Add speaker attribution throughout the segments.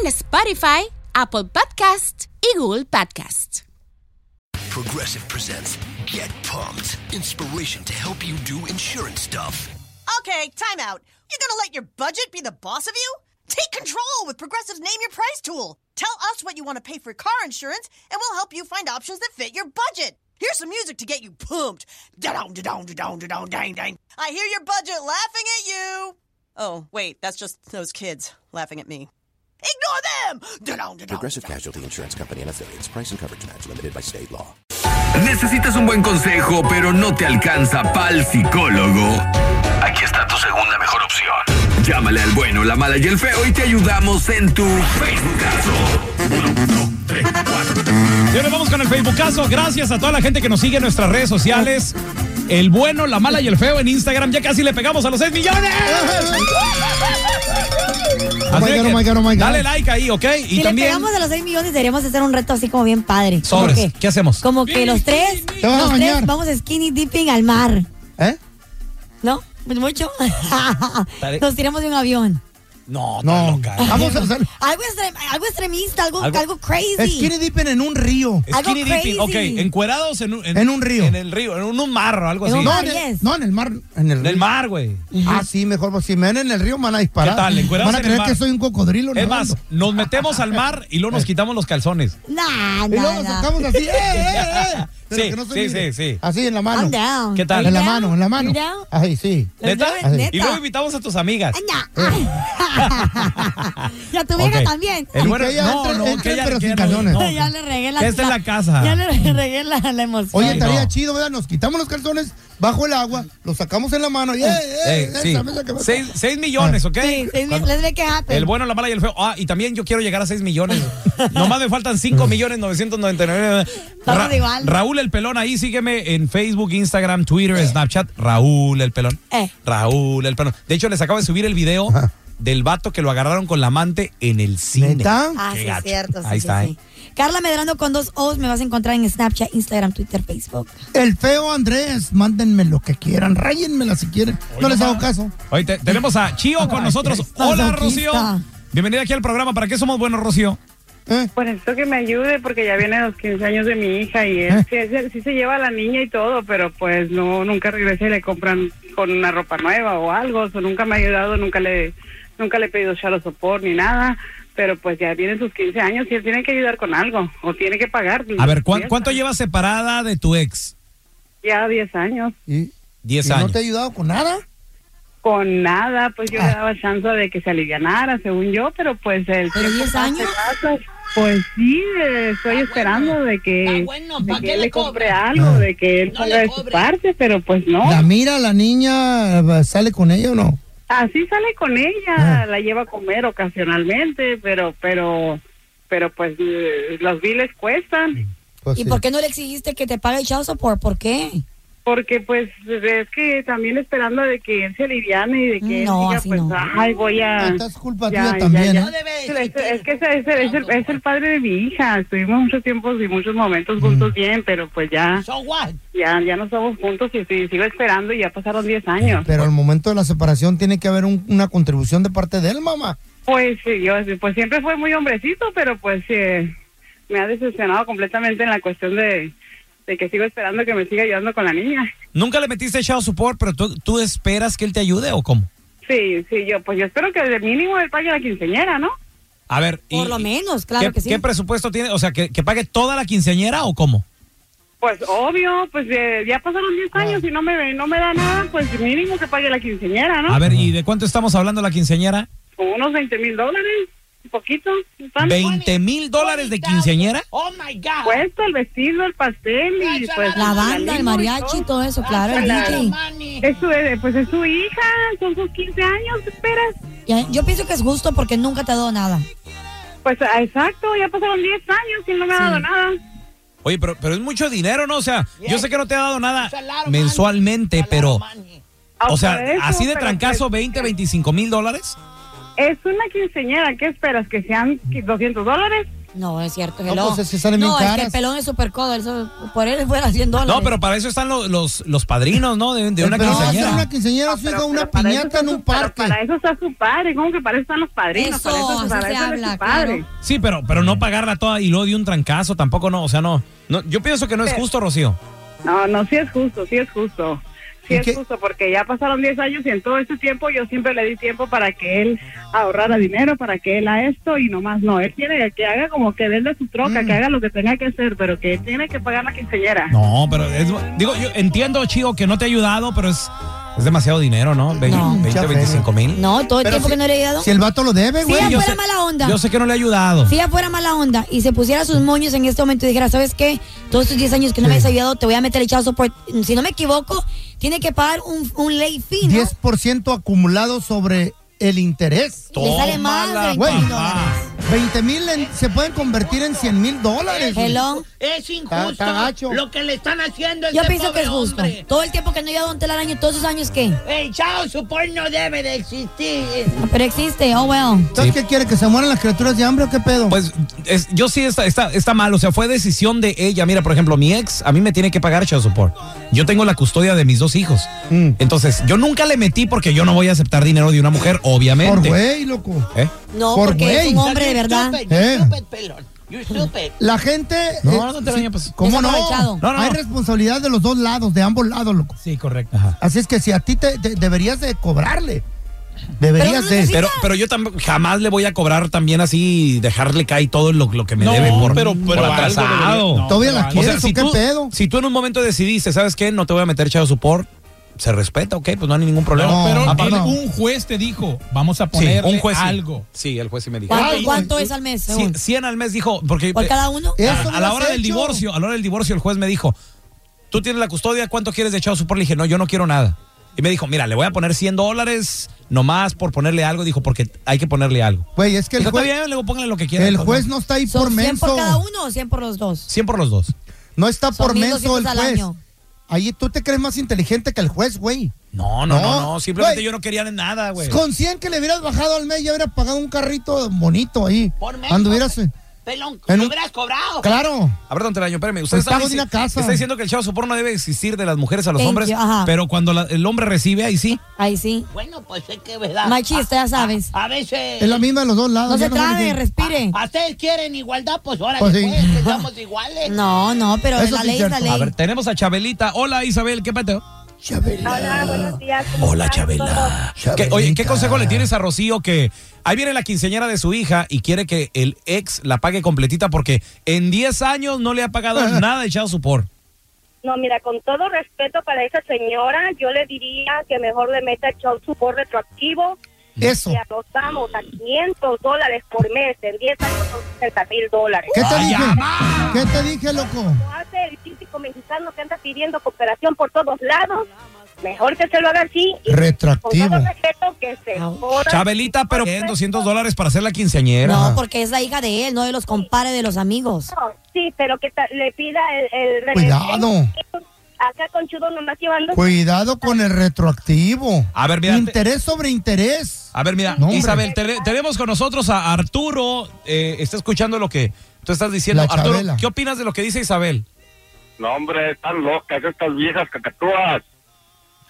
Speaker 1: en Spotify, Apple Podcast y Google Podcast.
Speaker 2: Progressive presents Get Pumped. Inspiration to help you do insurance stuff.
Speaker 3: Okay, time out. You're gonna let your budget be the boss of you? Take control with Progressive's Name Your Price tool. Tell us what you want to pay for car insurance, and we'll help you find options that fit your budget. Here's some music to get you pumped. Da-dong, da-dong, da-dong, da-dong, dang, dang. I hear your budget laughing at you. Oh, wait, that's just those kids laughing at me. Ignore them! Da-dong, da-dong,
Speaker 4: Progressive Casualty Insurance Company and affiliates. Price and coverage match limited by state law.
Speaker 5: Necesitas un buen consejo, pero no te alcanza pa'l psicólogo. Aquí está tu segunda mejor opción. Llámale al bueno, la mala y el feo y te ayudamos en tu Facebook.
Speaker 6: Y ahora vamos con el Facebookazo. Gracias a toda la gente que nos sigue en nuestras redes sociales. El bueno, la mala y el feo en Instagram. Ya casi le pegamos a los 6 millones.
Speaker 7: Oh my
Speaker 6: Así
Speaker 7: God,
Speaker 6: que
Speaker 7: oh my God, oh my God.
Speaker 6: Dale like ahí, ¿ok? Y
Speaker 8: Si le
Speaker 6: también
Speaker 8: pegamos a los 6 millones, deberíamos hacer un reto así como bien padre. ¿Cómo
Speaker 6: sobres.
Speaker 8: qué?
Speaker 6: ¿Qué hacemos?
Speaker 8: Como que los tres,
Speaker 7: Te vas a
Speaker 8: los tres
Speaker 7: bañar.
Speaker 8: vamos skinny dipping al mar,
Speaker 7: ¿Eh?
Speaker 8: ¿no? Pues Mucho. Nos tiramos de un avión.
Speaker 6: No, no.
Speaker 7: No. Vamos a hacer
Speaker 8: Algo, extrem- algo extremista, algo,
Speaker 6: Algo-
Speaker 8: algo, crazy.
Speaker 7: skinny dipping en un río.
Speaker 8: Algo
Speaker 6: Skinny dipping, ok.
Speaker 8: crazy.
Speaker 6: Encuerados en,
Speaker 7: En un río.
Speaker 6: En el río, en un, un mar o algo
Speaker 8: En
Speaker 6: así.
Speaker 8: un
Speaker 7: No,
Speaker 8: mar,
Speaker 7: en el,
Speaker 8: yes.
Speaker 7: no, en el mar. En el
Speaker 6: Del
Speaker 7: río.
Speaker 6: mar, güey.
Speaker 7: Ah, sí, mejor. pues, Si me ven en el río, me van a disparar.
Speaker 6: ¿Qué tal? Encuerados
Speaker 7: Van a
Speaker 6: en el
Speaker 7: creer
Speaker 6: mar.
Speaker 7: que soy un cocodrilo.
Speaker 6: Es más,
Speaker 7: nadando. Eh.
Speaker 6: nos metemos al mar y luego nos quitamos los calzones.
Speaker 8: Nah, nah,
Speaker 7: Y luego
Speaker 8: nah.
Speaker 7: sacamos así. ¡Eh, eh, eh! Pero
Speaker 6: Sí,
Speaker 7: que no soy
Speaker 6: sí,
Speaker 7: libre.
Speaker 6: sí, sí.
Speaker 7: Así en la
Speaker 8: I'm
Speaker 7: mano.
Speaker 8: down.
Speaker 6: ¿Qué tal?
Speaker 8: Are
Speaker 7: En
Speaker 8: you
Speaker 7: la
Speaker 8: down?
Speaker 7: mano, en la mano.
Speaker 8: Are you down?
Speaker 7: Ay, sí.
Speaker 6: ¿Neta?
Speaker 8: Ay, neta.
Speaker 6: Y luego invitamos a tus amigas.
Speaker 7: Eh,
Speaker 8: Nah. y a tu vieja
Speaker 6: Ok.
Speaker 8: también.
Speaker 6: El
Speaker 7: Y
Speaker 6: bueno,
Speaker 7: que ella
Speaker 6: no,
Speaker 7: entre-
Speaker 6: no,
Speaker 7: entre,
Speaker 6: que ella-
Speaker 7: pero
Speaker 6: que
Speaker 7: sin
Speaker 6: ella no-
Speaker 7: calzones.
Speaker 6: no.
Speaker 8: ya le regué la...
Speaker 6: Esta es la casa.
Speaker 8: Ya le regué la, la emoción.
Speaker 7: Oye,
Speaker 6: Sí,
Speaker 7: estaría
Speaker 6: no.
Speaker 7: chido, ¿verdad? Nos quitamos los calzones bajo el agua, los sacamos en la mano. y, ¡Eh, eh,
Speaker 6: Eh,
Speaker 7: esa,
Speaker 6: sí.
Speaker 7: esa que me-
Speaker 6: Seis, seis millones, ¿ok?
Speaker 8: Sí, sí,
Speaker 6: Cuando-
Speaker 8: let's make it happen.
Speaker 6: El bueno, la mala y el feo. Ah, y también yo quiero llegar a 6 millones. Nomás me faltan 5 millones 999.
Speaker 8: Estamos igual.
Speaker 6: Raúl el Pelón, ahí sígueme en Facebook, Instagram, Twitter, Snapchat. Raúl el Pelón.
Speaker 8: Eh.
Speaker 6: Raúl el Pelón. De hecho, les acabo de subir el video
Speaker 7: Ajá.
Speaker 6: del vato que lo agarraron con la amante en el cine.
Speaker 7: ¿Neta?
Speaker 8: Ah,
Speaker 6: Qué
Speaker 8: sí,
Speaker 6: gacho.
Speaker 8: cierto. sí,
Speaker 6: Ahí
Speaker 8: sí,
Speaker 6: está, ¿eh?
Speaker 8: sí. Carla Medrano con dos O's me vas a encontrar en Snapchat, Instagram, Twitter, Facebook.
Speaker 7: El feo Andrés, mándenme lo que quieran, rayenmela si quieren.
Speaker 6: Hoy
Speaker 7: No les
Speaker 6: nomás.
Speaker 7: hago caso.
Speaker 6: Hoy te- tenemos a Chio con
Speaker 8: Ay,
Speaker 6: nosotros.
Speaker 8: eres
Speaker 6: Hola, Rocío.
Speaker 8: masoquista.
Speaker 6: Bienvenida aquí al programa. ¿Para qué somos buenos, Rocío?
Speaker 7: ¿Eh?
Speaker 9: Por esto Pues que me ayude, porque ya vienen los 15 años de mi hija y
Speaker 6: ¿Eh?
Speaker 9: él sí, sí- sí se lleva a la niña y todo, pero pues no, nunca regresa y le compran con una ropa nueva o algo, o nunca me ha ayudado, nunca le, nunca le he pedido shadow support ni nada, pero pues ya vienen sus 15 años y él tiene que ayudar con algo, o tiene que pagar.
Speaker 6: A ver, ¿cuán- ¿cuánto
Speaker 9: lleva?
Speaker 6: llevas separada de tu ex?
Speaker 9: Ya 10 años.
Speaker 7: ¿Y,
Speaker 6: 10
Speaker 7: y no
Speaker 6: años.
Speaker 7: te he ayudado con nada? Ah.
Speaker 9: Con nada, pues yo le daba chance de que se alivianara, según yo, pero pues el
Speaker 8: ¿Pero 10 años? Ah,
Speaker 9: Pues sí, eh, estoy esperando de que, de que él le cobre algo,
Speaker 7: Ah.
Speaker 9: de que él ponga de su parte, pero pues no.
Speaker 7: ¿La mira la niña? eh, ¿Sale con ella o no?
Speaker 9: Así sale con
Speaker 7: Ah.
Speaker 9: ella, la lleva a comer ocasionalmente, pero pero pero pues eh, los biles cuestan.
Speaker 7: Pues
Speaker 8: ¿Y
Speaker 7: sí.
Speaker 8: por qué no le exigiste que te pague el child support? ¿Por qué?
Speaker 9: Porque pues es que también esperando de que él se aliviane y de que él
Speaker 8: No,
Speaker 9: diga
Speaker 8: así
Speaker 9: pues
Speaker 8: no.
Speaker 9: ay voy a...
Speaker 7: Ah, esta es culpa
Speaker 9: Ya,
Speaker 7: tuya
Speaker 9: ya,
Speaker 7: también,
Speaker 9: ya.
Speaker 7: ¿eh?
Speaker 9: Es, es que ese- ese- es, el, es el padre de mi hija. Estuvimos muchos tiempos y muchos
Speaker 7: Mm.
Speaker 9: momentos juntos bien, pero pues ya, ya, ya no estamos juntos y, sí, sigo esperando y ya pasaron 10 años.
Speaker 7: Pero al momento de la separación tiene que haber un- una contribución de parte de él, mamá.
Speaker 9: Pues sí, yo pues siempre fue muy hombrecito, pero pues eh, me ha decepcionado completamente en la cuestión de, de que sigo esperando que me siga ayudando con la niña.
Speaker 6: Nunca le metiste shadow support, pero tú, tú esperas que él te ayude o cómo?
Speaker 9: Sí, sí, yo pues yo espero que de mínimo él pague la quinceñera, ¿no?
Speaker 6: A ver.
Speaker 8: Por lo menos, claro
Speaker 6: ¿qué,
Speaker 8: que sí.
Speaker 6: ¿Qué presupuesto tiene? O sea, ¿que, que pague toda la quinceañera o cómo?
Speaker 9: Pues obvio, pues eh, ya pasaron
Speaker 6: Ah.
Speaker 9: 10 años y no me, no me da nada, pues mínimo que pague la quinceñera, ¿no?
Speaker 6: A ver, ¿y de cuánto estamos hablando la quinceañera?
Speaker 9: Como unos 20 mil dólares, un poquito. no tanto.
Speaker 6: ¿20 mil dólares de quinceañera?
Speaker 9: Oh my God. Puesto el vestido, el pastel y pues.
Speaker 8: La banda, el mariachi, y todo eso, claro, el
Speaker 9: Ojalá.
Speaker 8: DJ.
Speaker 9: Es su, eh, pues es su hija, son sus 15 años, ¿qué esperas?
Speaker 8: Ya, Yo pienso que es justo porque nunca te ha dado nada.
Speaker 9: Pues ah, exacto, ya pasaron 10 años y no me ha dado nada.
Speaker 6: Oye, pero, pero es mucho dinero, ¿no? O sea, yo sé que no te ha dado nada mensualmente, pero.
Speaker 9: Ah,
Speaker 6: O sea,
Speaker 9: por eso,
Speaker 6: así de
Speaker 9: pero
Speaker 6: trancazo, 20, 25 mil dólares.
Speaker 9: Es una quinceñera, ¿qué esperas? ¿Que sean 200 dólares?
Speaker 8: No, es cierto,
Speaker 7: No,
Speaker 8: hello.
Speaker 7: pues es que salen
Speaker 8: No,
Speaker 7: bien
Speaker 8: es que
Speaker 7: caras.
Speaker 8: el pelón es súper codo, eso- por él fuera 100 dólares.
Speaker 6: No, pero para eso están los, los, los padrinos, ¿no? De, de una
Speaker 7: Pero va a ser
Speaker 6: quinceañera.
Speaker 7: una quinceañera, su hija, una
Speaker 9: para eso
Speaker 7: piñata
Speaker 9: está
Speaker 7: en
Speaker 9: su-
Speaker 7: un
Speaker 9: para-
Speaker 7: parque.
Speaker 9: Para, eso está su padre, ¿cómo que para eso están los padrinos?
Speaker 8: Eso,
Speaker 9: para eso,
Speaker 8: así
Speaker 9: para
Speaker 8: se
Speaker 9: eso es
Speaker 8: habla,
Speaker 9: su padre.
Speaker 8: claro.
Speaker 6: Sí, pero, pero no pagarla toda y luego de un trancazo, tampoco no. O sea, no. no yo pienso que no es justo, Rocío.
Speaker 9: No, no, sí es justo, sí es justo. Sí
Speaker 7: ¿Y
Speaker 9: es
Speaker 7: qué-
Speaker 9: justo, porque ya pasaron 10 años y en todo ese tiempo yo siempre le di tiempo para que él ahorrara dinero, para que él a esto y nomás no. Él tiene que haga como que desde su troca,
Speaker 7: Mm.
Speaker 9: que haga lo que tenga que hacer, pero que él tiene que pagar la quinceañera.
Speaker 6: No, pero es, digo, yo entiendo, Chico, que no te ha ayudado, pero es, es demasiado dinero, ¿no? Ve-
Speaker 8: No.
Speaker 6: 20,
Speaker 7: Mucha
Speaker 6: 25 mil.
Speaker 8: No, todo el
Speaker 7: Pero
Speaker 8: tiempo
Speaker 7: si-
Speaker 8: que no le he dado.
Speaker 7: Si el vato lo debe,
Speaker 8: Si
Speaker 7: güey.
Speaker 8: ella
Speaker 6: yo
Speaker 8: fuera
Speaker 6: sé-
Speaker 8: mala onda,
Speaker 6: Yo sé que no le ha ayudado.
Speaker 8: si ella fuera mala onda y se pusiera sus moños en este momento y dijera, ¿sabes qué? Todos estos 10 años que no me has ayudado, te voy a meter el chazo por... Si no me equivoco, tiene que pagar un, un ley fee, ¿no?
Speaker 7: 10% acumulado sobre el interés.
Speaker 8: Le sale más de
Speaker 6: Tómala,
Speaker 8: 20 mil
Speaker 6: papá.
Speaker 8: dólares.
Speaker 7: 20 mil se pueden convertir en 100 mil dólares. güey.
Speaker 8: Hello.
Speaker 10: Es
Speaker 7: Está-
Speaker 10: injusto
Speaker 7: está gacho.
Speaker 10: lo que le están haciendo a
Speaker 8: Yo
Speaker 10: este
Speaker 8: pienso
Speaker 10: pobre
Speaker 8: que es justo.
Speaker 10: hombre.
Speaker 8: pues, Todo el tiempo que no he dado un telar año, todos esos años, ¿qué?
Speaker 10: El chao, su no debe de existir.
Speaker 8: Pero existe, oh well.
Speaker 7: Entonces,
Speaker 6: Sí.
Speaker 7: ¿qué quiere? ¿Que se mueran las criaturas de hambre o qué pedo?
Speaker 6: Pues es- yo sí está, está, está mal, o sea, fue decisión de ella. Mira, por ejemplo, mi ex a mí me tiene que pagar child support. Yo tengo la custodia de mis dos hijos.
Speaker 11: Mm.
Speaker 6: Entonces, yo nunca le metí porque yo no voy a aceptar dinero de una mujer, obviamente.
Speaker 7: Por güey, loco.
Speaker 6: ¿Eh?
Speaker 8: No,
Speaker 7: Por
Speaker 8: porque es
Speaker 7: güey.
Speaker 8: un hombre de verdad.
Speaker 10: Stupid, you
Speaker 7: Eh.
Speaker 10: stupid, pelón. You stupid.
Speaker 7: La gente.
Speaker 12: eh,
Speaker 7: eh,
Speaker 6: No, no te daña, pues.
Speaker 7: ¿Cómo
Speaker 8: Desaprovechado.
Speaker 7: no?
Speaker 6: No, no,
Speaker 7: Hay
Speaker 6: no.
Speaker 7: responsabilidad de los dos lados, de ambos lados, loco.
Speaker 6: Sí, correcto. Ajá.
Speaker 7: Así es que si a ti te, te- deberías de cobrarle.
Speaker 8: Pero
Speaker 7: Deberías
Speaker 8: no
Speaker 7: de.
Speaker 8: necesita-
Speaker 6: Pero, pero yo tampoco jamás le voy a cobrar también así, dejarle caer todo lo, lo que me
Speaker 11: No,
Speaker 6: debe por,
Speaker 11: pero- pero
Speaker 6: por
Speaker 11: algo
Speaker 6: atrasado.
Speaker 11: debería- no,
Speaker 7: ¿Todavía la
Speaker 11: pero
Speaker 6: O
Speaker 7: quieres
Speaker 6: sea,
Speaker 7: o,
Speaker 6: si
Speaker 7: qué
Speaker 6: tú,
Speaker 7: pedo?
Speaker 6: si tú en un momento decidiste, ¿sabes qué? No te voy a meter child support, se respeta, ok, pues no hay ningún problema.
Speaker 7: No,
Speaker 11: Pero
Speaker 6: Aparte-
Speaker 11: él-
Speaker 7: no.
Speaker 11: un juez te dijo, vamos a
Speaker 6: Sí,
Speaker 11: ponerle
Speaker 6: un juez sí.
Speaker 11: algo.
Speaker 6: Sí, el juez sí me dijo.
Speaker 8: ¿Cuánto, cuánto es al mes?
Speaker 6: Cien-
Speaker 8: según?
Speaker 6: 100 al mes dijo, porque
Speaker 8: ¿Por
Speaker 6: eh,
Speaker 8: cada uno?
Speaker 7: Eso
Speaker 6: a, a
Speaker 7: no
Speaker 6: la
Speaker 7: lo
Speaker 6: hora
Speaker 7: has
Speaker 6: del
Speaker 7: hecho.
Speaker 6: divorcio, a la hora del divorcio el juez me dijo, tú tienes la custodia, ¿cuánto quieres de echado support? Le dije, no, yo no quiero nada. Y me dijo, mira, le voy a poner 100 dólares nomás por ponerle algo. Dijo, porque hay que ponerle algo.
Speaker 7: Güey, es que el
Speaker 6: Dijo, está
Speaker 7: juez,
Speaker 6: bien, luego póngale lo que quiera.
Speaker 7: el
Speaker 6: Pues,
Speaker 7: juez no está ahí por
Speaker 8: ¿Son 100 por
Speaker 7: menso.
Speaker 8: cada uno o 100 por los dos?
Speaker 6: 100 por los dos.
Speaker 7: No está
Speaker 8: Son
Speaker 7: por menso
Speaker 8: 1200
Speaker 7: el
Speaker 8: al
Speaker 7: juez.
Speaker 8: año.
Speaker 7: Ahí tú te crees más inteligente que el juez, güey.
Speaker 6: No, no, no, no.
Speaker 7: No,
Speaker 6: Simplemente
Speaker 7: güey.
Speaker 6: yo no quería nada, güey.
Speaker 7: Con 100 que le hubieras bajado al mes, ya hubieras pagado un carrito bonito ahí.
Speaker 10: Por menos.
Speaker 7: Anduvieras. eh,
Speaker 10: Pelón,
Speaker 7: En
Speaker 10: lo
Speaker 7: un-
Speaker 10: hubieras cobrado.
Speaker 7: Claro.
Speaker 6: A ver, don Telaño, espérame. Usted está,
Speaker 7: pago de
Speaker 6: dici-
Speaker 7: una casa.
Speaker 6: está diciendo que el chavo support no debe existir de las mujeres a los
Speaker 8: Thank
Speaker 6: hombres,
Speaker 8: you, ajá.
Speaker 6: pero cuando la- el hombre recibe, ahí sí.
Speaker 8: Ahí sí.
Speaker 10: Bueno, pues es que verdad.
Speaker 8: Machista, ya sabes.
Speaker 10: A, a veces.
Speaker 7: Es la misma de los dos lados.
Speaker 8: No
Speaker 7: ya
Speaker 8: se trabe,
Speaker 7: dije-
Speaker 8: respire.
Speaker 12: Ah,
Speaker 10: A ustedes quieren igualdad, pues ahora
Speaker 7: Pues sí.
Speaker 10: después que estamos iguales.
Speaker 8: No, no, pero
Speaker 7: Eso
Speaker 8: la
Speaker 7: sí
Speaker 8: ley
Speaker 7: es
Speaker 8: es la
Speaker 7: cierto.
Speaker 8: ley.
Speaker 6: A ver, tenemos a Chabelita. Hola, Isabel, ¿qué pateo?
Speaker 9: Hola, buenos días.
Speaker 6: Hola, Chabela. ¿Qué- oye, ¿qué consejo le tienes a Rocío que ahí viene la quinceañera de su hija y quiere que el ex la pague completita porque en 10 años no le ha pagado
Speaker 7: Ah.
Speaker 6: nada de child support?
Speaker 9: No, mira, con todo respeto para esa señora, yo le diría que mejor le meta el show support retroactivo
Speaker 7: Eso.
Speaker 9: y apostamos a 500 dólares por mes. En 10 años son 60 mil dólares.
Speaker 7: ¿Qué te dije? ¿Qué te dije, loco?
Speaker 9: Lo hace el típico mexicano que anda pidiendo cooperación por todos lados. Mejor que se lo haga así. y Con
Speaker 7: Retractivo.
Speaker 9: todo respeto, que se
Speaker 8: Ouch.
Speaker 9: joda.
Speaker 6: Chabelita, pero
Speaker 9: Con
Speaker 6: 200 dólares para hacer la quinceañera.
Speaker 8: No, porque es la hija de él, no de los compares de los amigos.
Speaker 9: respeto, Sí, pero que ta- le pida el... el
Speaker 7: Cuidado.
Speaker 9: Acá con Chudo nomás llevando...
Speaker 7: Cuidado con el retroactivo.
Speaker 6: A ver, mira, te-
Speaker 7: Interés sobre interés.
Speaker 6: A ver, mira,
Speaker 7: No, hombre.
Speaker 6: Isabel, te- tenemos con nosotros a Arturo. eh, está escuchando lo que tú estás diciendo.
Speaker 7: La
Speaker 6: Arturo,
Speaker 7: Chabela.
Speaker 6: ¿qué opinas de lo que dice Isabel?
Speaker 9: No, hombre, están locas estas viejas cacatúas.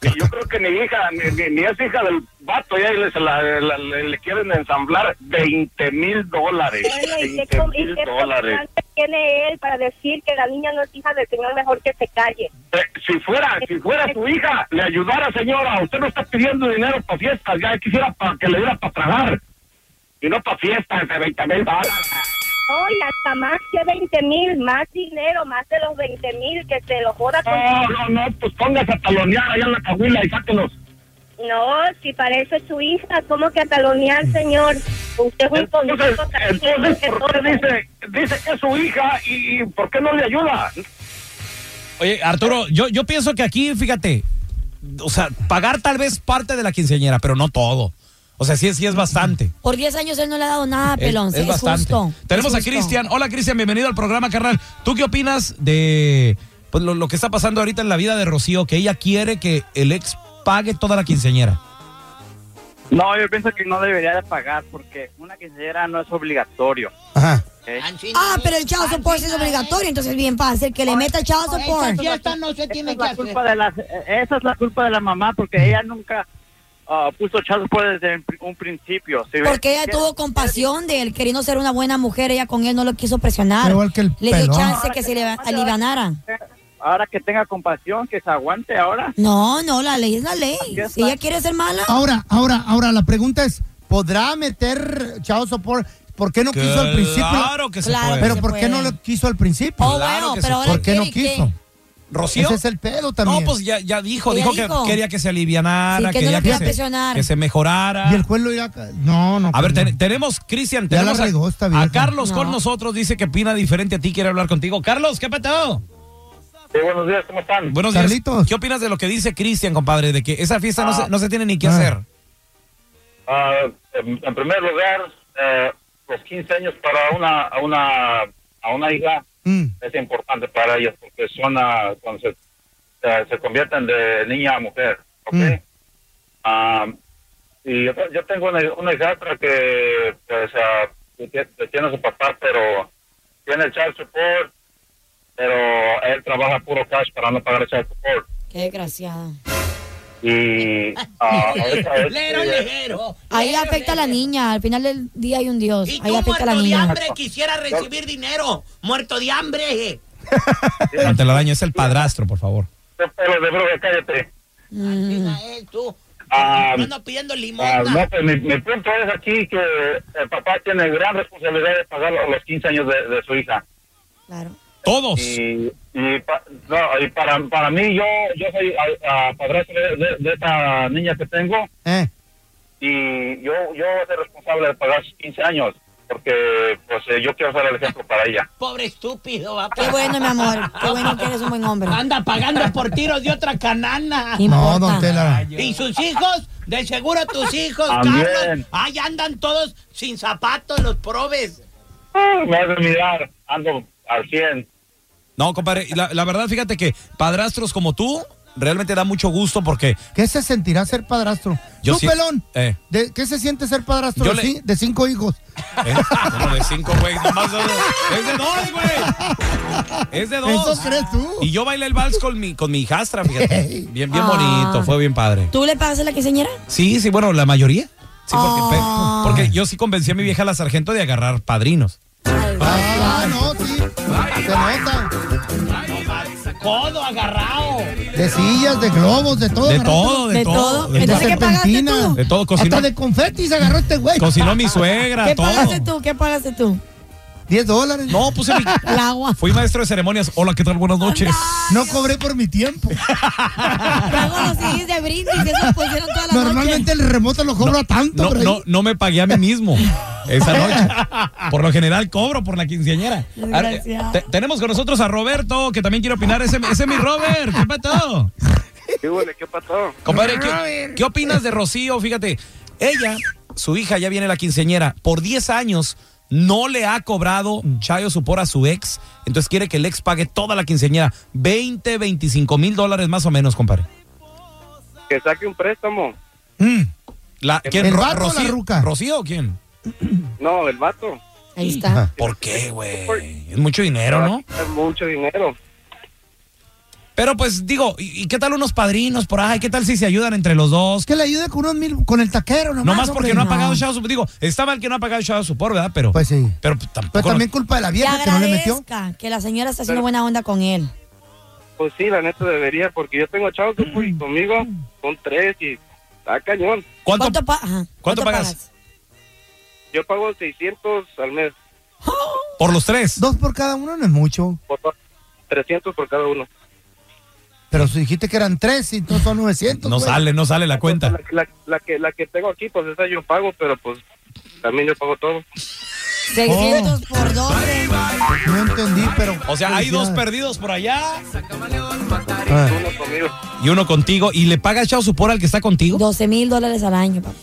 Speaker 9: Y yo creo que mi hija, ni, ni- ni es hija del vato, ya le, se la- la- le- le quieren ensamblar 20 mil dólares.
Speaker 10: tiene él para decir que la niña no es hija del señor? Mejor que se calle.
Speaker 9: Eh, si fuera, si fuera tu hija, le ayudara, señora. Usted no está pidiendo dinero para fiestas, ya quisiera para que le diera para tragar.
Speaker 13: Y no para fiestas de 20 mil dólares.
Speaker 10: Hoy hasta más que 20 mil, más dinero, más de los 20 mil, que se lo joda con...
Speaker 13: No, no, no, pues póngase a talonear allá en la cahuila y sáquenos.
Speaker 10: No, si para eso es su hija, ¿cómo que a talonear, señor? Usted es un
Speaker 13: Entonces,
Speaker 10: conducto
Speaker 13: entonces ¿por qué dice, dice que es su hija y, y por qué no le ayuda?
Speaker 6: Oye, Arturo, yo, yo pienso que aquí, fíjate, o sea, pagar tal vez parte de la quinceañera, pero no todo. O sea, sí, sí es bastante.
Speaker 8: Por 10 años él no le ha dado nada, Ah, pelón.
Speaker 6: Es,
Speaker 8: Es,
Speaker 6: es bastante.
Speaker 8: justo.
Speaker 6: Tenemos
Speaker 8: Es
Speaker 6: a
Speaker 8: justo.
Speaker 6: Cristian. Hola, Cristian, bienvenido al programa, carnal. ¿Tú qué opinas de pues, lo, lo que está pasando ahorita en la vida de Rocío? Que ella quiere que el ex pague toda la quinceañera.
Speaker 14: No, yo pienso que no debería de pagar porque una quinceañera no es obligatorio. ¿ok?
Speaker 8: Ah, pero el chavo support es obligatorio, entonces bien fácil, que le meta el chavo support.
Speaker 12: no se tiene
Speaker 14: Esa es la culpa de las- eh, esa es la culpa de la mamá porque ella nunca ah, puso chazos por desde un pri- un principio. ¿sí ves?
Speaker 8: Porque ella tuvo compasión de él, queriendo ser una buena mujer, ella con él no lo quiso presionar.
Speaker 14: Igual que el
Speaker 8: le dio
Speaker 14: pelón.
Speaker 8: chance que se le alivianara.
Speaker 14: Ahora que tenga compasión, que se aguante ahora.
Speaker 8: No, no, la ley es la ley. Si ella quiere ser mala.
Speaker 7: Ahora, ahora, ahora, la pregunta es, ¿podrá meter Chao Sopor? ¿Por qué no quiso al principio?
Speaker 6: Claro que se Claro puede. que
Speaker 7: Pero
Speaker 6: se
Speaker 7: ¿por qué no
Speaker 6: puede.
Speaker 7: lo quiso al principio?
Speaker 6: Oh, Claro bueno, que se pero puede. ahora
Speaker 7: ¿Por qué no
Speaker 6: quiere que-
Speaker 7: quiso?
Speaker 6: ¿Rocío?
Speaker 7: Ese es el pedo también.
Speaker 6: No, pues ya, ya dijo,
Speaker 7: Ella
Speaker 6: dijo,
Speaker 7: dijo.
Speaker 6: que quería que se alivianara,
Speaker 7: Sí, que no
Speaker 6: quería
Speaker 7: lo quería
Speaker 6: se-
Speaker 7: presionar.
Speaker 6: que se mejorara.
Speaker 7: Y el juez lo irá... No, no.
Speaker 6: A ver,
Speaker 7: pues,
Speaker 6: ten- tenemos, Cristian,
Speaker 7: Ya la
Speaker 6: tenemos a,
Speaker 7: regó esta
Speaker 6: a
Speaker 7: vieja.
Speaker 6: Carlos
Speaker 7: No.
Speaker 6: con nosotros, dice que opina diferente a ti, quiere hablar contigo. Carlos, ¿qué petado?
Speaker 13: Sí, buenos días, ¿cómo están?
Speaker 6: Buenos días. ¿Qué opinas de lo que dice Cristian, compadre? De que esa fiesta no,
Speaker 13: Ah.
Speaker 6: se, no se tiene ni que hacer.
Speaker 13: Ah, en, en primer lugar, eh, los 15 años para una, a una, a una hija
Speaker 6: Mm.
Speaker 13: es importante para ellas porque son ah, cuando se, eh, se convierten de niña a mujer. ¿ok?
Speaker 7: Mm.
Speaker 13: Ah, y yo, yo tengo una, una hijastra que pues, ah, que tie- que tiene a su papá, pero tiene el child support, pero él trabaja puro cash para no pagar el child support.
Speaker 8: Qué desgraciada.
Speaker 13: Y ah, ahorita es-
Speaker 8: Ahí afecta a la niña, al final del día hay un Dios. Ahí afecta a la
Speaker 12: muerto de
Speaker 8: niña.
Speaker 12: hambre quisiera recibir dinero. Muerto de hambre.
Speaker 6: No te lo daño, es el padrastro, por favor.
Speaker 13: Pero de verdad, cállate.
Speaker 8: Mm.
Speaker 12: Eh, tú.
Speaker 13: Ah,
Speaker 12: No ando pidiendo
Speaker 13: Ah,
Speaker 12: limosna.
Speaker 13: no, pues mi, mi punto es aquí que el papá tiene gran responsabilidad de pagar los 15 años de, de su hija.
Speaker 6: Todos.
Speaker 13: Y, y pa- no, y para, para mí, yo, yo soy ah, ah, padrastro de, de- de esta niña que tengo. Y yo, yo soy responsable de pagar sus 15 años. Porque pues eh, yo quiero ser el ejemplo para ella.
Speaker 12: Pobre estúpido.
Speaker 8: Qué bueno, mi amor. Qué bueno que eres un buen hombre.
Speaker 12: Anda pagando por tiros de otra canana.
Speaker 7: No, importa. don Tela.
Speaker 12: Y sus hijos, de seguro tus hijos,
Speaker 7: También.
Speaker 12: Carlos. Ahí andan todos sin zapatos los probes.
Speaker 7: Ah,
Speaker 13: Me has de mirar, ando al 100.
Speaker 6: No, compadre, y la, la verdad, fíjate que padrastros como tú realmente da mucho gusto porque
Speaker 7: ¿Qué se sentirá ser padrastro?
Speaker 6: Yo
Speaker 7: Tú,
Speaker 6: sí-
Speaker 7: pelón,
Speaker 6: eh.
Speaker 7: ¿de ¿qué se siente ser padrastro
Speaker 6: Yo
Speaker 7: de
Speaker 6: le-
Speaker 7: cin- de cinco hijos?
Speaker 6: Como eh, de cinco, güey. Nomás dos. Es de dos, güey. Es de dos.
Speaker 7: ¿Eso crees tú?
Speaker 6: Y yo bailé el vals con mi, con mi hijastra, fíjate. Bien, bien
Speaker 8: Ah.
Speaker 6: bonito, fue bien padre.
Speaker 8: ¿Tú le pagas a la quinceañera?
Speaker 6: Sí, sí, bueno, la mayoría. Sí, porque, pe-
Speaker 8: Ah.
Speaker 6: porque yo sí convencí a mi vieja la sargento de agarrar padrinos.
Speaker 7: Ah, no, sí. Se nota.
Speaker 12: Codo agarrado.
Speaker 7: De sillas, de globos, de todo.
Speaker 6: De
Speaker 7: agarró.
Speaker 6: todo, de De todo, todo. de
Speaker 7: De
Speaker 6: todo. ¿Entonces qué pagaste
Speaker 7: serpentina.
Speaker 6: tú? De todo, cocinó.
Speaker 7: Hasta de confeti se agarró este güey.
Speaker 6: Cocinó mi suegra,
Speaker 8: ¿Qué
Speaker 6: todo.
Speaker 8: pagaste tú? ¿Qué pagaste tú?
Speaker 7: 10 dólares.
Speaker 6: No, puse mi...
Speaker 8: El agua.
Speaker 6: Fui maestro de ceremonias. Hola, ¿qué tal? Buenas noches.
Speaker 7: No cobré por mi tiempo.
Speaker 8: Pago
Speaker 7: ah,
Speaker 8: los CDs de brindis, eso pusieron toda la noche.
Speaker 7: Normalmente el remoto lo cobro a tanto,
Speaker 6: No,
Speaker 7: pero
Speaker 6: no, no me pagué a mí mismo esa noche. Por lo general cobro por la quinceañera. Ahora,
Speaker 8: Desgraciado.
Speaker 6: te- tenemos con nosotros a Roberto, que también quiere opinar. Ese, ese es mi Robert. ¿Qué pasó?
Speaker 15: ¿Qué huele? ¿Qué pasó?
Speaker 6: Compadre, ¿qué, qué opinas de Rocío? Fíjate, ella, su hija ya viene la quinceañera, por 10 años no le ha cobrado Chayo Supor a su ex, entonces quiere que el ex pague toda la quinceañera, 20, 25 mil dólares más o menos, compadre.
Speaker 15: Que saque un préstamo.
Speaker 7: Mm.
Speaker 6: La, ¿quién?
Speaker 15: ¿El
Speaker 6: Ro-
Speaker 15: vato o la
Speaker 6: Rocío,
Speaker 15: ruca?
Speaker 6: ¿Rocío o quién?
Speaker 15: No, el vato.
Speaker 8: Ahí está.
Speaker 6: Ah. ¿Por qué, güey? Es mucho dinero, ¿no?
Speaker 15: Es mucho dinero.
Speaker 6: Pero pues digo, ¿y, y qué tal unos padrinos por ahí? ¿Qué tal si se ayudan entre los dos?
Speaker 7: Que le ayude con unos mil, con el taquero nomás.
Speaker 6: No más porque
Speaker 7: hombre.
Speaker 6: no ha pagado Shadow Support. Digo, está mal que no ha pagado Shadow Support, ¿verdad? Pero, pues sí. Pero tampoco.
Speaker 7: Pero también culpa de la
Speaker 8: Que
Speaker 7: vieja que no le metió.
Speaker 8: agradezca que la señora está haciendo buena onda con él.
Speaker 15: Pues sí, la neta debería, porque yo tengo chavos que pues, conmigo son tres y está cañón.
Speaker 6: ¿Cuánto,
Speaker 8: ¿Cuánto, pa- ajá,
Speaker 6: ¿Cuánto pagas?
Speaker 15: Yo pago 600 al mes,
Speaker 6: Por los tres.
Speaker 7: Dos por cada uno no es mucho.
Speaker 15: por to- 300 por cada uno.
Speaker 7: Pero si dijiste que eran tres y no son 900.
Speaker 6: No
Speaker 7: güey.
Speaker 6: sale, no sale la cuenta.
Speaker 15: La, la que la que tengo aquí, pues esa yo pago, pero pues también yo pago todo.
Speaker 8: 600 por 12.
Speaker 7: No entendí, pero.
Speaker 6: O sea, hay dos
Speaker 7: Felicidades.
Speaker 6: perdidos por allá.
Speaker 7: Ah.
Speaker 6: Y uno contigo. ¿Y le paga Chao Supor al que está contigo?
Speaker 8: 12 mil dólares al año, papá.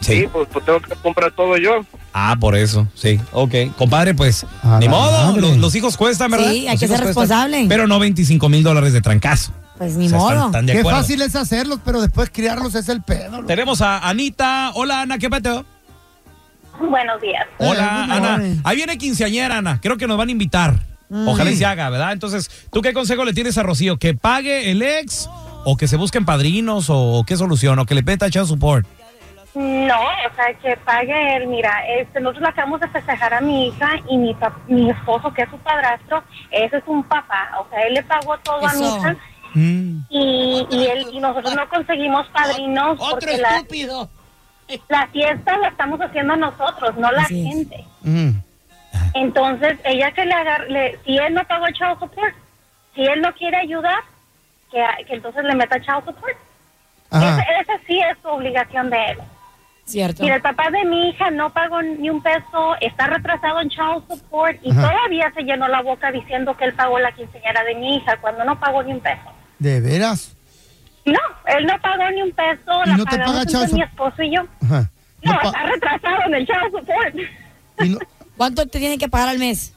Speaker 6: Sí.
Speaker 15: pues, pues tengo que comprar todo yo.
Speaker 6: Ah, por eso, sí. Ok. Compadre, pues, ni
Speaker 15: la
Speaker 6: modo.
Speaker 15: madre.
Speaker 6: Los, los hijos cuestan, ¿verdad?
Speaker 8: Sí, hay
Speaker 6: Los
Speaker 8: que
Speaker 6: hijos
Speaker 8: ser
Speaker 6: cuestan.
Speaker 8: responsable.
Speaker 6: Pero no 25 mil dólares de trancazo.
Speaker 8: Pues ni
Speaker 6: O sea, están-
Speaker 8: modo.
Speaker 6: están de
Speaker 7: Qué
Speaker 6: acuerdo.
Speaker 7: fácil es hacerlos, pero después criarlos es el pedo. loco.
Speaker 6: Tenemos a Anita. Hola, Ana, ¿qué peteo?
Speaker 10: Buenos días.
Speaker 6: Hola,
Speaker 7: Eh,
Speaker 6: Ana. Ahí viene quinceañera, Ana. Creo que nos van a invitar.
Speaker 10: Mm.
Speaker 6: Ojalá y
Speaker 10: Sí.
Speaker 6: se haga, ¿verdad? Entonces, ¿tú qué consejo le tienes a Rocío? ¿Que pague el ex o que se busquen padrinos o, o qué solución o que le peta Chao Support?
Speaker 10: No, o sea, que pague él. Mira, este, nosotros le acabamos de festejar a mi hija y mi, pa- mi esposo, que es su padrastro, ese es un papá. O sea, él le pagó todo a mi
Speaker 12: Eso.
Speaker 10: hija
Speaker 12: Mm.
Speaker 10: y, y él, y nosotros no conseguimos padrinos
Speaker 12: Otro
Speaker 10: porque la,
Speaker 12: estúpido.
Speaker 10: la fiesta la estamos haciendo nosotros, no la
Speaker 12: Así es.
Speaker 10: gente. Entonces, ella que le agarre, le- si él no pagó child support, si él no quiere ayudar, que, que entonces le meta child support.
Speaker 8: Ajá.
Speaker 10: Ese- Esa sí es su obligación de él.
Speaker 8: Cierto.
Speaker 10: Mira, el papá de mi hija no pagó ni un peso, está retrasado en child support y
Speaker 7: Ajá.
Speaker 10: todavía se llenó la boca diciendo que él pagó la quinceañera de mi hija cuando no pagó ni un peso.
Speaker 7: De veras.
Speaker 10: No, él no pagó ni un peso,
Speaker 7: ¿Y
Speaker 10: la
Speaker 7: no te
Speaker 10: pagamos
Speaker 7: paga
Speaker 10: entre
Speaker 7: child
Speaker 10: mi
Speaker 7: sup-
Speaker 10: esposo y yo.
Speaker 7: Ajá.
Speaker 10: No,
Speaker 7: No pa-
Speaker 10: está retrasado en el child support.
Speaker 8: ¿Cuánto te tienen que pagar al mes?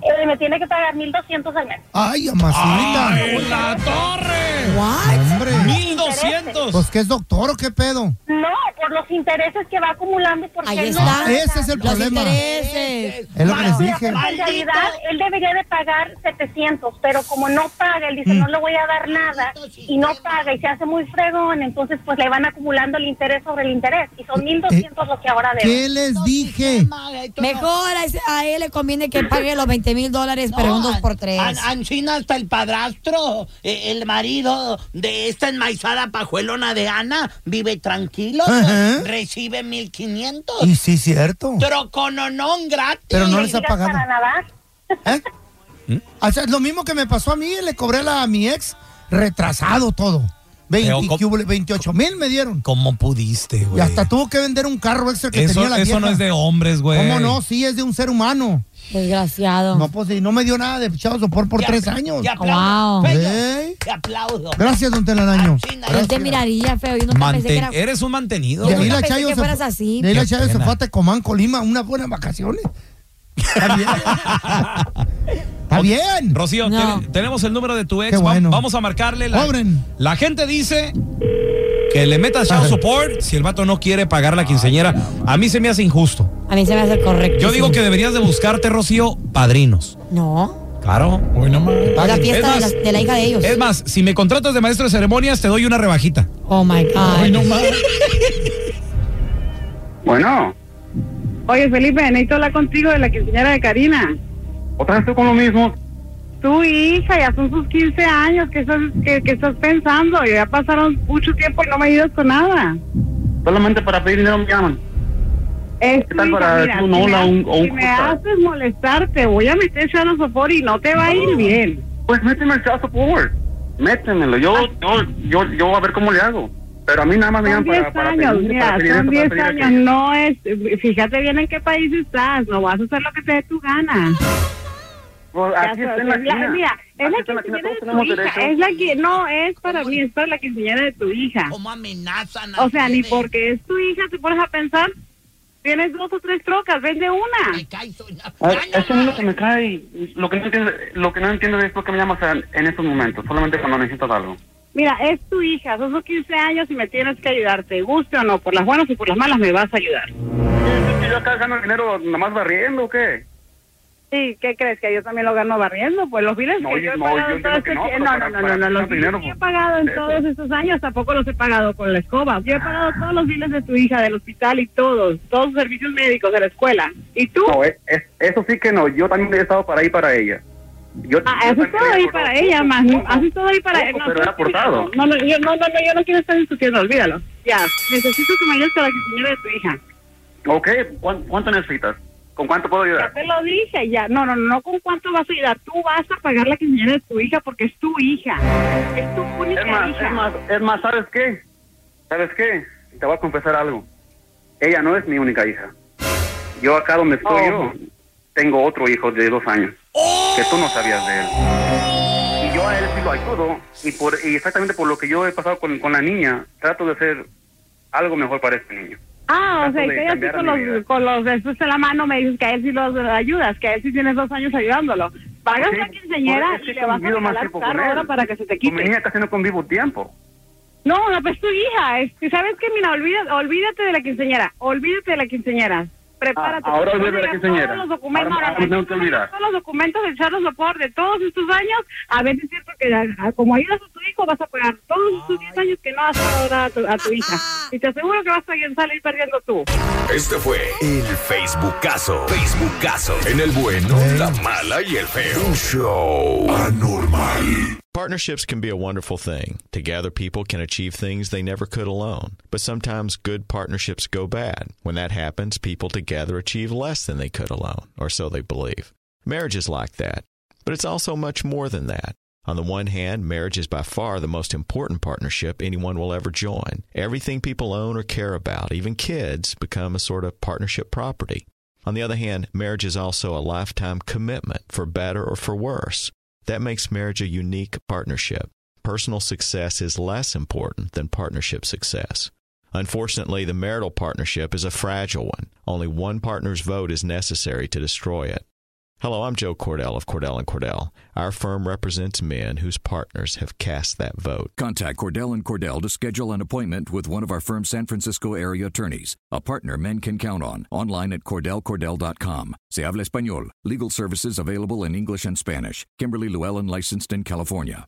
Speaker 10: Eh, me tiene que pagar 1.200 al mes.
Speaker 7: Ay, amacita.
Speaker 6: la torre!
Speaker 7: Hombre.
Speaker 10: ¡1200!
Speaker 7: Pues que es doctor o qué pedo.
Speaker 10: No, por los intereses que va acumulando. Porque
Speaker 7: Ahí
Speaker 10: él no
Speaker 7: está.
Speaker 10: paga.
Speaker 7: Ese es el Los problema.
Speaker 8: intereses.
Speaker 7: Es lo que les dije.
Speaker 10: En realidad, él debería de pagar 700, pero como no paga, él dice,
Speaker 7: Mm.
Speaker 10: no le voy a dar nada, y no paga, y se hace muy fregón, entonces pues le van acumulando el interés sobre el interés, y
Speaker 7: Eh,
Speaker 10: son 1.200 lo que ahora debe.
Speaker 7: ¿Qué les dije?
Speaker 8: Mejor a, ese- a él le conviene que pague los 20 mil dólares, pero un 2 por 3
Speaker 12: An- Ancina hasta el padrastro, eh, el marido de esta enmaizada pajuelona de Ana, vive tranquilo,
Speaker 7: Ajá.
Speaker 12: recibe 1500.
Speaker 7: Y sí, cierto.
Speaker 12: Trocononón gratis.
Speaker 7: Pero no les ha pagado.
Speaker 10: nadar.
Speaker 7: O sea, es lo mismo que me pasó a mí, le cobré la- a mi ex retrasado todo. 20
Speaker 6: Pero, ¿cómo-
Speaker 7: ¿qué hubo? 28 mil me dieron.
Speaker 6: ¿Cómo pudiste,
Speaker 7: Y
Speaker 6: güey?
Speaker 7: hasta tuvo que vender un carro extra que
Speaker 6: Eso,
Speaker 7: tenía la
Speaker 6: eso no
Speaker 7: vieja.
Speaker 6: es de hombres, güey.
Speaker 7: ¿Cómo no? Sí, es de un ser humano.
Speaker 8: Desgraciado.
Speaker 7: No, pues y no me dio nada de fichado sopor por
Speaker 12: Te
Speaker 7: tres
Speaker 12: apl-
Speaker 7: años.
Speaker 12: te aplaudo, Fello,
Speaker 7: Ey.
Speaker 12: te aplaudo.
Speaker 7: Gracias, don Telaraño.
Speaker 8: Él te miraría feo. Yo nunca pensé que era...
Speaker 6: Manten- Eres un mantenido.
Speaker 7: De
Speaker 6: güey.
Speaker 7: ahí la
Speaker 8: pensé
Speaker 7: Chayo
Speaker 8: que
Speaker 7: se
Speaker 8: fueras
Speaker 7: fu-
Speaker 8: así.
Speaker 7: de ahí la
Speaker 6: Qué
Speaker 7: Chayo se
Speaker 6: pena.
Speaker 7: fue a Tecomán, Colima, unas buenas vacaciones. Está bien. Está bien.
Speaker 6: Rocío,
Speaker 7: No.
Speaker 6: ten- tenemos el número de tu ex.
Speaker 7: Qué
Speaker 6: Va-
Speaker 7: bueno.
Speaker 6: Vamos a marcarle. La,
Speaker 7: Cobren.
Speaker 6: la gente dice que le meta child support si el vato no quiere pagar la quinceñera. A mí se me hace injusto.
Speaker 8: A mí se me hace correcto.
Speaker 6: Yo digo que deberías de buscarte, Rocío, padrinos.
Speaker 8: No.
Speaker 6: Claro. Hoy nomás.
Speaker 8: La fiesta de la- de la hija de ellos.
Speaker 6: Es más, si me contratas de maestro de ceremonias, te doy una rebajita.
Speaker 8: Oh, my God.
Speaker 16: Bueno,
Speaker 9: Oye, Felipe, necesito hablar contigo de la quinceañera de Karina.
Speaker 16: otra vez tú con lo mismo.
Speaker 9: Tu hija, ya son sus 15 años, ¿qué estás, qué, qué estás pensando? Ya pasaron mucho tiempo y no me ayudas con nada.
Speaker 16: Solamente para pedir dinero me llaman.
Speaker 9: Es
Speaker 16: ¿Qué
Speaker 9: tu
Speaker 16: tal
Speaker 9: hija,
Speaker 16: para
Speaker 9: mira,
Speaker 16: tú
Speaker 9: si
Speaker 16: no
Speaker 9: me,
Speaker 16: la-
Speaker 9: ha-
Speaker 16: un- o un
Speaker 9: si me
Speaker 16: justa?
Speaker 9: haces molestar, te voy a meter a sopor y no te va a ir bien.
Speaker 16: Pues méteme el child support. Métemelo. Yo, yo, yo, yo a ver cómo le hago. Pero a mí nada más me
Speaker 9: Ah. Son
Speaker 16: llaman para,
Speaker 9: 10
Speaker 16: para
Speaker 9: años,
Speaker 16: pedir, para
Speaker 9: mira,
Speaker 16: pedir
Speaker 9: son
Speaker 16: esto, para
Speaker 9: 10
Speaker 16: pedir
Speaker 9: años,
Speaker 16: aquello.
Speaker 9: no es, fíjate bien en qué país estás, no vas a hacer lo que te dé tu gana.
Speaker 16: Pues
Speaker 9: Ya
Speaker 16: aquí está en la
Speaker 9: sabes, la-
Speaker 16: esquina.
Speaker 9: mira, es la
Speaker 16: Aquí está en la esquina,
Speaker 9: quinceañera de
Speaker 16: todos
Speaker 9: tu
Speaker 16: tenemos
Speaker 9: hija,
Speaker 16: derecho.
Speaker 9: es la que, no, es para mí, es para la quinceañera de tu hija.
Speaker 12: Como amenazan a
Speaker 9: O sea, ni
Speaker 12: ustedes.
Speaker 9: porque es tu hija, te pones a pensar, tienes dos o tres trocas, vende una.
Speaker 16: Ah, Eso es lo que me cae. Lo que no entiendo, lo que no entiendo es por qué me llamas en, en estos momentos. Solamente cuando necesitas algo.
Speaker 9: Mira, es tu hija, son sus 15 años y me tienes que ayudar, te guste o no, por las buenas y por las malas me vas a ayudar.
Speaker 16: ¿Y yo acá gano dinero nada más barriendo o qué?
Speaker 9: Sí, ¿qué crees? ¿Que yo también lo gano barriendo? Pues los biles
Speaker 16: No,
Speaker 9: que yo
Speaker 16: yo-
Speaker 9: he
Speaker 16: no,
Speaker 9: pagado
Speaker 16: yo
Speaker 9: en todo
Speaker 16: entiendo que
Speaker 9: este
Speaker 16: no,
Speaker 9: tie-
Speaker 16: pero
Speaker 9: no,
Speaker 16: para-
Speaker 9: no,
Speaker 16: para
Speaker 9: no, no, no, los
Speaker 16: ganar
Speaker 9: biles
Speaker 16: dinero,
Speaker 9: que yo he
Speaker 16: pues,
Speaker 9: pagado en
Speaker 16: eso.
Speaker 9: todos estos años tampoco los he pagado con la escoba. Yo he pagado todos los biles de tu hija, del hospital y todos, todos los servicios médicos de la escuela. ¿Y tú?
Speaker 16: No, es- es- eso sí que no. Yo también he estado para ahí para ella. Yo,
Speaker 9: Ah,
Speaker 16: yo
Speaker 9: haces
Speaker 16: también
Speaker 9: todo
Speaker 16: he
Speaker 9: ahí
Speaker 16: aportado
Speaker 9: para ella,
Speaker 16: poco,
Speaker 9: más, no,
Speaker 16: poco.
Speaker 9: haces todo ahí para
Speaker 16: Poco,
Speaker 9: no,
Speaker 16: pero
Speaker 9: no,
Speaker 16: he aportado.
Speaker 9: No, no, yo no, no, no, yo no quiero estar discutiendo, olvídalo. Ya, necesito que me ayudes con la quinceañera de tu hija.
Speaker 16: Ok, ¿cuán- ¿cuánto necesitas? ¿Con cuánto puedo
Speaker 9: Ya
Speaker 16: ayudar?
Speaker 9: te lo dije, ya. No, no, no, no, ¿con cuánto vas a ayudar? Tú vas a pagar la quinceañera de tu hija porque es tu hija. Es tu única
Speaker 16: Es más,
Speaker 9: hija.
Speaker 16: es más, es más, ¿sabes qué? ¿Sabes qué? Te voy a confesar algo. Ella no es mi única hija. Yo acá donde estoy yo,
Speaker 9: Oh.
Speaker 16: tengo otro hijo de dos años, que tú no sabías de él. Y yo a él sí lo ayudo, y, por, y exactamente por lo que yo he pasado con, con la niña, trato de hacer algo mejor para este niño.
Speaker 9: Ah, o
Speaker 16: Trato
Speaker 9: sea,
Speaker 16: de
Speaker 9: que ella sí
Speaker 16: cambiar
Speaker 9: con
Speaker 16: mi
Speaker 9: los, con los estos en la mano me dices que a él sí los ayudas, que a él sí tienes dos años ayudándolo. Pagas la quinceañera
Speaker 16: Pues es que
Speaker 9: y le vas a
Speaker 16: convivo más
Speaker 9: regalar
Speaker 16: tiempo
Speaker 9: carro
Speaker 16: con él.
Speaker 9: ahora para que se te
Speaker 16: Con mi
Speaker 9: quite.
Speaker 16: niña casi no convivo tiempo.
Speaker 9: No, no, pues tu hija. Es que, ¿Sabes qué? Mira, olvídate, olvídate de la quinceañera. Olvídate de la quinceañera. Prepárate.
Speaker 16: Ah, ahora
Speaker 9: Tú
Speaker 16: olvídate de la
Speaker 9: llegas
Speaker 16: quinceañera.
Speaker 9: Todos los documentos,
Speaker 16: Ahora-
Speaker 9: ahora,
Speaker 16: ahora me tengo
Speaker 9: tú
Speaker 16: que olvidar.
Speaker 9: llegas Todos los documentos, echarlos lo peor de todos estos años. A ver, es cierto que ah, como ayudas a tu hijo, vas a pagar todos estos 10 años que no has pagado nada a tu, a tu hija. Y te aseguro que vas a salir perdiendo tú.
Speaker 17: Este fue el Facebookazo. Facebookazo. En el bueno, la mala y el feo. Un show anormal.
Speaker 18: Partnerships can be a wonderful thing. Together, people can achieve things they never could alone. But sometimes good partnerships go bad. When that happens, people together achieve less than they could alone, or so they believe. Marriage is like that, but it's also much more than that. On the one hand, marriage is by far the most important partnership anyone will ever join. Everything people own or care about, even kids, become a sort of partnership property. On the other hand, marriage is also a lifetime commitment, for better or for worse. That makes marriage a unique partnership. Personal success is less important than partnership success. Unfortunately, the marital partnership is a fragile one. Only one partner's vote is necessary to destroy it. Hello, I'm Joe Cordell of Cordell and Cordell. Our firm represents men whose partners have cast that vote.
Speaker 19: Contact Cordell and Cordell to schedule an appointment with one of our firm's San Francisco area attorneys, a partner men can count on. Online at cordellcordell.com. Se habla español. Legal services available in English and Spanish. Kimberly Llewellyn, licensed in California.